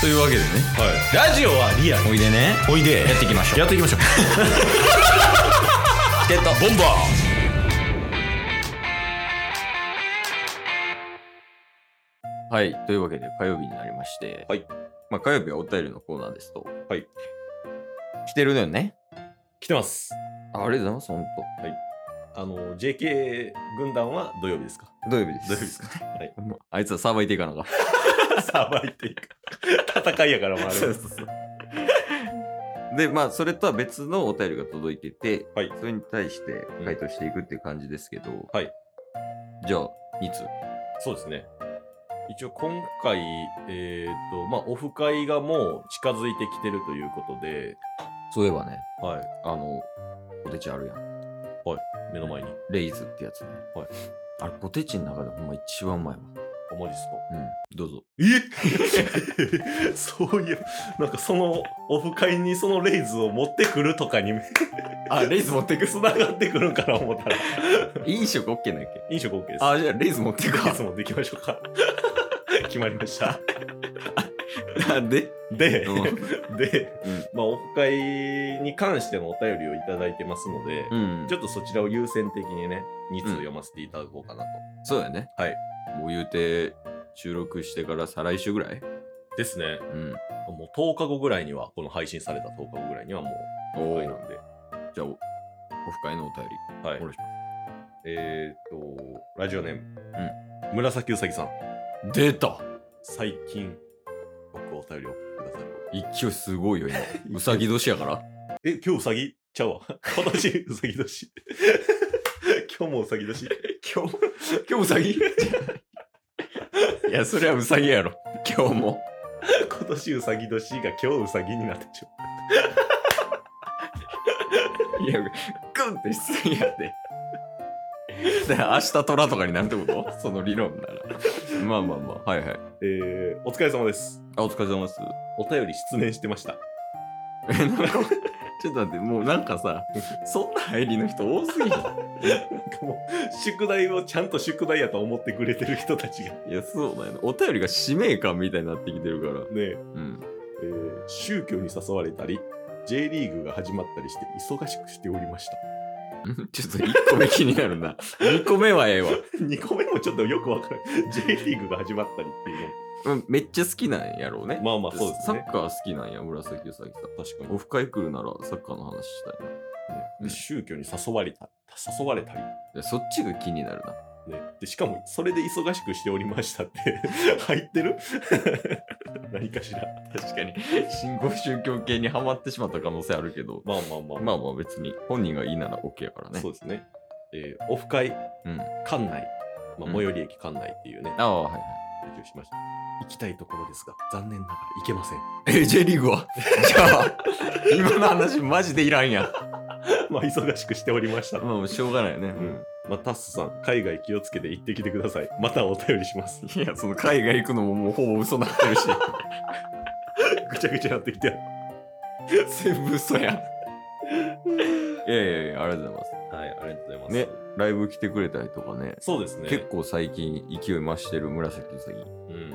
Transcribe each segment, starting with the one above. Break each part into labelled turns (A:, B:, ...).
A: というわけでね
B: ラジオはリアル
A: おいでね
B: おいで
A: やっていきましょう
B: やっていきましょう
A: チケットボンバーはい。というわけで、火曜日になりまして。
B: はい。
A: まあ、火曜日はお便りのコーナーですと。
B: はい。
A: 来てるのよね。
B: 来てます
A: あありがとうございます、ほん
B: あの JK 軍団は土曜日ですか
A: と。土曜日です。
B: 土曜日ですか はい
A: もうあいつはさばいていかなあかん。
B: さばいていく戦いやからもあれは
A: で、まあ、それとは別のお便りが届いてて、
B: はい
A: それに対して回答していくっていう感じですけど、
B: はい。
A: じゃあ、2通。
B: そうですね一応今回えっ、とまあオフ会がもう近づいてきてるということで
A: そういえばね、
B: はい
A: あの、ポテチあるやん。
B: 目の前に
A: レイズってやつね。
B: はい。
A: あれ、ポテチの中でほんま一番うまいわ。
B: お文字っすか
A: うん。どうぞ。
B: え そういうなんかそのオフ会にそのレイズを持ってくるとかに
A: あ、レイズ持ってく
B: 繋がってくるんかな思った ら
A: 飲食 OK なんやっけ
B: 飲食 OK です
A: あ、じゃあレイズ持ってく
B: クイ
A: か
B: ズ。もできましょうか 決まりました
A: で、
B: で、
A: う
B: で、
A: うん
B: まあオフ会に関してのお便りをいただいてますので、
A: うん
B: ちょっとそちらを優先的にね2通読ませていただこうかなと、
A: そうだよね。
B: はい。
A: もう言うて、収録してから再来週ぐらい
B: ですね
A: うん。
B: もう10日後ぐらいにはこの配信された10日後ぐらいにはもうオ
A: おお
B: フ会。なんで
A: じゃあ、おオフ会のお便り。
B: は
A: お
B: い
A: 願いし
B: えー、っとラジオネーム、紫うさぎさん
A: ます出た
B: 最近僕お便りをくださる
A: 勢いすごい よ、今。うさぎ年やから。
B: え今日うさぎちゃうわ 今年うさぎ年 今日もうさぎ年
A: 今日、今日うさ ぎいや、そりゃうさぎやろ。今日も。
B: 今年うさぎ年が今日うさぎになってしまう。
A: いや、グンってしすぎやって。だから明日虎とかになるってことその理論なら。まあまあまあ、はいはい。
B: えー、お疲れ様です。
A: あ、お疲れ様です。
B: お便り失念してました。
A: え、なんか、ちょっと待って、もうなんかさ、そんな入りの人多すぎる。
B: なんかもう、宿題をちゃんと宿題やと思ってくれてる人たちが。ね
A: いや、そうだよね。お便りが使命感みたいになってきてるから。
B: え
A: うん。
B: えー宗教に誘われたり、J リーグが始まったりして忙しくしておりました。
A: んちょっと1個目気になる な。2個目はええわ。
B: 2個目もちょっとよくわからない。J リーグが始まったりっていう
A: うんめっちゃ好きなんやろうね。
B: のも。まあまあそうです
A: サ
B: ね
A: ッ。カー好きなんや、紫うさぎさん。
B: 確かに、
A: オフ会来るならサッカーの話したいな。
B: ね
A: うん
B: で宗教に誘われた、誘われたり。
A: いやそっちが気になるな。
B: ね、でしかもそれで忙しくしておりましたって 入ってる何かしら
A: 確かに 新興宗教系にはまってしまった可能性あるけど
B: まあまあまあ、
A: まあまあ別に本人がいいなら OK やからね
B: そうですね、えーオフ会
A: うんあ
B: 館内、ま
A: う
B: あ、
A: ん
B: 最寄り駅館内っていうね、
A: あはいはい
B: 発表しました行きたいところですが残念ながら行けません
A: え J リーグ はじゃあ今の話マジでいらんやん
B: まあ忙しくしておりました、
A: まあもうしょうがないよね、
B: んまあ、タッスさん海外気をつけて行ってきてくださいまたお便りします
A: いやその海外行くのももうほぼ嘘になってるし
B: ぐちゃぐちゃになってきて
A: 全部嘘やんいやいやいやありがとうございま
B: はいありがとうございます
A: ねライブ来てくれたりとかね
B: そうですね
A: 結構最近勢い増してる紫うさぎい
B: うんい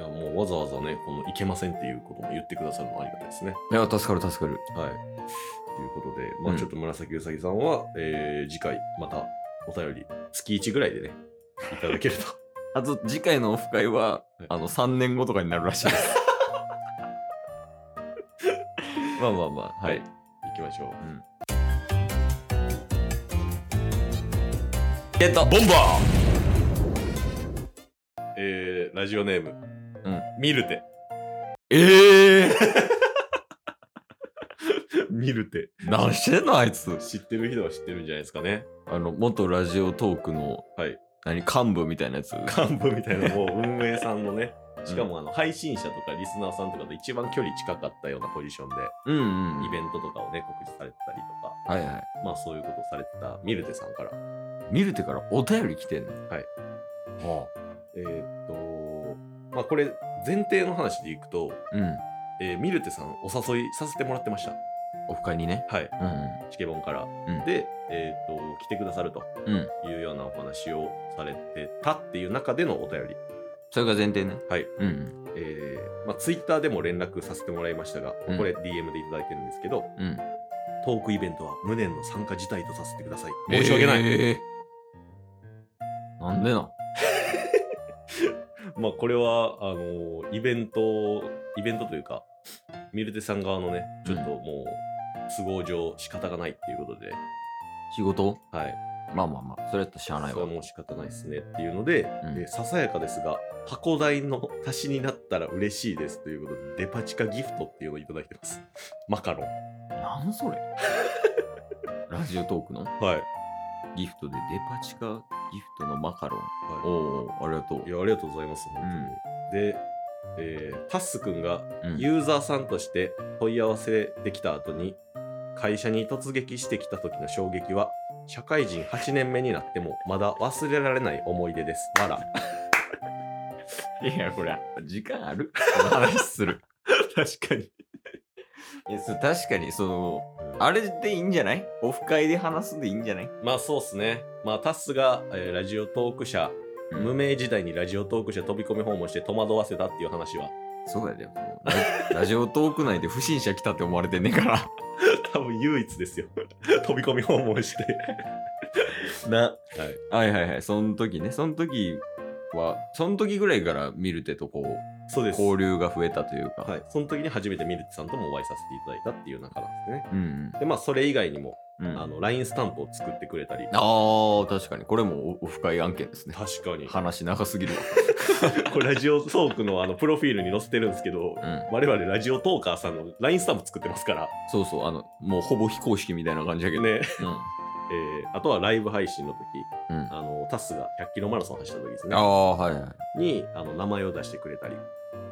B: やもうわざわざねこの行けませんっていうことも言ってくださるのはありがたいですね
A: や助かる助かる
B: はい。ということで、ま
A: う
B: あ
A: ん
B: ちょっと紫うさぎさんは、えー次回、またお便り、月1ぐらい でね、いただけると。
A: あと次回のオフ会は、あの3年後とかになるらしいです。 まあまあまあ、はい。
B: 行きましょう。
A: ゲットボンバ
B: えー、ラジオネーム、
A: うん
B: ミ ルテ。
A: ーええ
B: ミルテ。
A: ー、 何してんのあいつ。
B: 知ってる人は知ってるんじゃないですかね。
A: あの、元ラジオトークの、
B: はい。
A: 何、幹部みたいなやつ。
B: 幹部みたいな、もう運営さんのね、
A: ん
B: しかもあの配信者とかリスナーさんとかと一番距離近かったようなポジションで、
A: うんうん。
B: イベントとかをね、告知されてたりとか、
A: はいはい。
B: まあそういうことをされてたミルテさんから、
A: 見るてからお便り来てんの。
B: はい。
A: は
B: えーっと、まあこれ、前提の話でいくと、
A: あ。うん。
B: えーミルテさんお誘いさせてもらってました。
A: オフ会にね。
B: はい。
A: うん
B: チケボンから。
A: うん
B: で、えっ、と、来てくださると
A: うん。うん。
B: いうようなお話をされてたっていう中でのお便り。
A: それが前提ね。
B: はい。
A: うん
B: えーまあ、ツイッターでも連絡させてもらいましたが、
A: うん
B: これ DM でいただいてるんですけど、
A: うん。うん。
B: トークイベントは無念の参加辞退とさせてください。申し訳ない。
A: えーなんでな。
B: まあ、これは、あのーイベント、イベントというか、ミルテさん側のね、ちょっともう、都合上仕方がないっていうことで、
A: 仕事
B: はい。
A: まあまあまあ、それやったらしゃあない
B: それ
A: わ
B: は。もう仕方ないですねっていうので、
A: うん
B: えーささやかですが、箱代の足しになったら嬉しいですということで、デパ地下ギフトっていうのをいただいてます。 マカロン。
A: なんそれ ラジオトークの
B: はい。
A: ギフトでデパ地下ギフトのマカロン。
B: はい
A: おおー、ありがとう
B: い。や、ありがとうございます、本当に。で、えータッスくんが
A: うん
B: ユーザーさんとして問い合わせできた後に、会社に突撃してきた時の衝撃は、社会人8年目になってもまだ忘れられない思い出です。わら。
A: いや、これ、時間あるこの 話する。
B: 確かに。
A: いやそう確かに、その、あれでいいんじゃないオフ会で話すんでいいんじゃない、
B: まあそうっすね。まあタッスが、えーラジオトーク社、
A: うん
B: 無名時代にラジオトーク社飛び込み訪問して戸惑わせたっていう話は、
A: そうやで、もうララジ オトーク内で不審者来たって思われてんねんから。
B: 多分唯一ですよ。 飛び込み訪問して。 な。は い。
A: はいはいはい、その時ね、その時は、その時ぐらいから見る手とこう、
B: そうです。
A: 交流が増えたというか。
B: はい、その時に初めてミルティさんともお会いさせていただいたっていう中なんですね。
A: うん
B: で、まあ、それ以外にも、
A: うん。うん、
B: あ
A: あ
B: の、LINE スタンプを作ってくれたり。
A: あ、確かに。これもオオフ会案件ですね。
B: 確かに。
A: 話長すぎるわ。
B: これ、ラジオトークのあの、プロフィールに載せてるんですけど、
A: うん。
B: 我々、ラジオトーカーさんの LINE スタンプ作ってますから。
A: そうそう、あの、もうほぼ非公式みたいな感じやけど。
B: ね。
A: うん。
B: えーあとはライブ配信の時、
A: うん、あ
B: あの、タスが100キロマラソン走った時ですね。
A: あ、はいはい。
B: に、あの、名前を出してくれたり、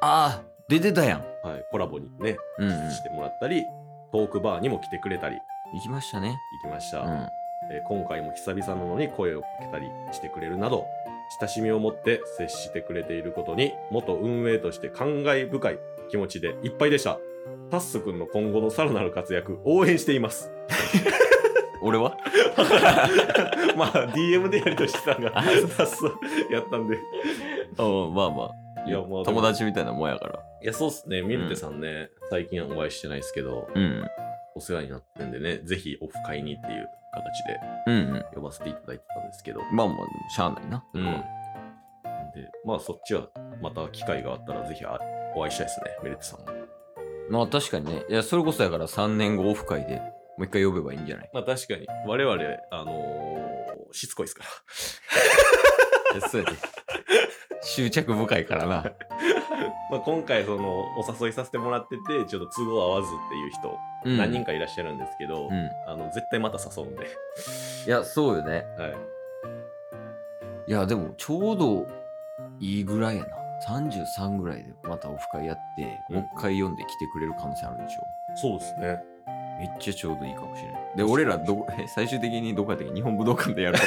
A: ああ、出てたやん。
B: はい、コラボにね、
A: うん、うん。
B: してもらったり、トークバーにも来てくれたり、
A: 行きましたね。
B: 行きまし
A: う
B: た。
A: ん。
B: えー今回も久々なのに声をかけたりしてくれるなど、親しみを持って接してくれていることに、元運営として感慨深い気持ちでいっぱいでした。タッス君の今後のさらなる活躍、応援しています。
A: 俺は
B: まあ、DM でやりとりしてたんが、タッスやったんで。
A: うん、まあまあ。
B: いやまあでも
A: 友達みたいなもんやから。
B: いや、そうっすね。ミルテさんね、最近はお会いしてないですけど、
A: うん。
B: お世話になってるんでね、ぜひオフ会にっていう形で
A: うんうん。
B: 呼ばせていただいてたんですけど、
A: まあまあ、しゃあないな。
B: うん。で、まあそっちはまた機会があったらぜひあお会いしたいですね、メルテさんも。
A: まあ確かにね。いや、それこそやから3年後オフ会でもう一回呼べばいいんじゃ ない
B: まあ確かに、我々、あのーしつこいですか
A: いやそうやで。執着深いから な。
B: ら。 まあ今回、その、お誘いさせてもらってて、ちょっと都合合わずっていう人、
A: うん、
B: 何人かいらっしゃるんですけど、
A: うん。い
B: あの、絶対また誘うんで。
A: や、そうよね。
B: はい。
A: いや、でもちょうどいいぐらいやな。33ぐらいでまたオフ会やって、
B: うん
A: もう一回読んで来てくれる可能性あるでしょ。
B: そうですね。
A: めっちゃちょうどいいかもしれない。で、俺らど、 え最終的にどこやったっけ日本武道館でや ると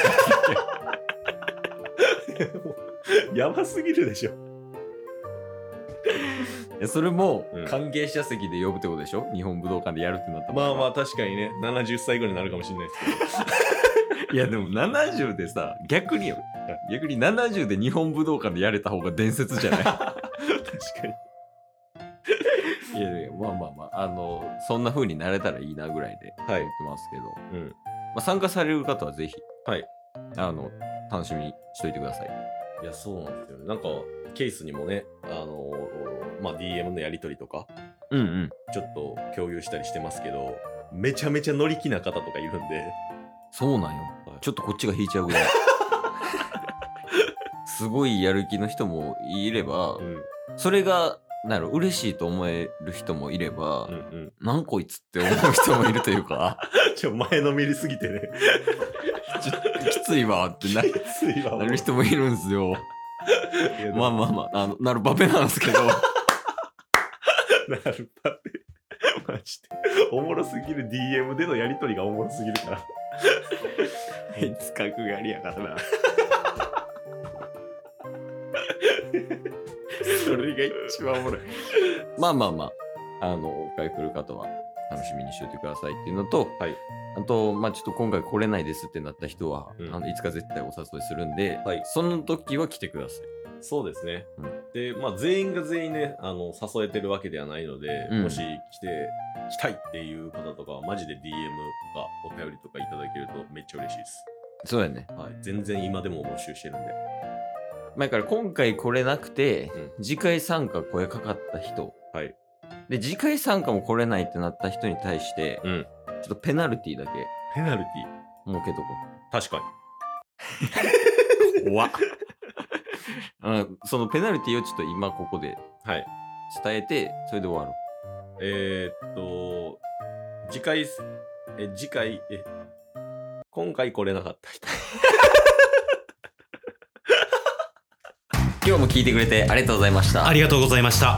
A: か。
B: やばすぎるでしょ。
A: いやそれも
B: うん
A: 関係者席で呼ぶってことでしょ、日本武道館でやるってなった
B: まあま
A: あ
B: あ確かにね、70歳ぐらいになるかもしれないですけど。
A: いやでも70でさ逆によ逆に70で日本武道館でやれた方が伝説 じゃない
B: 確かに。
A: いやいやまあまあまああのそんな風になれたらいいなぐらいで
B: はい
A: 思ってますけど、
B: うん。
A: まあ、参加される方はぜひ
B: はい
A: あの楽しみにしといてください
B: いや、そうなんですよね。なんか、ケースにもね、あのーまあ、DM のやり取りとか、
A: うんうん
B: ちょっと共有したりしてますけど、めちゃめちゃ乗り気な方とかいるんで、
A: そうなんよ、
B: はい
A: ちょっとこっちが引いちゃうぐらい すごいやる気の人もいれば、
B: うん、
A: それがなんやろ嬉しいと思える人もいれば、
B: うん、うん。
A: なんこいつって思う人もいるという か、
B: ちょ、前のめりす ぎてね、
A: ちょっときついわってな
B: きついわ。
A: な る人もいるんですよ。
B: いやでも
A: まあまあまあ、あのなる場面なんですけど、
B: なるパテ。マジで。おもろすぎる DM でのやり取りがおもろすぎるから。
A: 別格狩りやから な。それが一番おもろい。まあまあまあ、あの、お買い来る方は楽しみにしておいてくださいっていうのと、
B: はい
A: あと、まあちょっと今回来れないですってなった人は、
B: うん
A: あのいつか絶対お誘いするんで、
B: はい
A: その時は来てください。
B: そうですね。
A: うん
B: で、まあ、全員が全員ね、あの、誘えてるわけではないので、
A: うん
B: もし来て、来たいっていう方とかは、マジで DM とかお便りとかいただけるとめっちゃ嬉しいです。
A: そうやね。
B: はい。全然今でも募集してるんで。
A: まあだから今回これなくて、
B: う
A: 次回参加声かかった人。
B: はい
A: で、次回参加も来れないってなった人に対して、
B: うん
A: ちょっとペナルティだけ
B: ペナルテ
A: 設けとこ
B: ィ、確か
A: う。 怖っあそのペナルティをちょっと今ここで
B: に。はい。
A: 伝えて、それで終わろう。
B: えーっと、次回す、え、次回、え、今回来れなかった人。
A: 今日も聞いてくれてありがとうございました。
C: ありがとうございました。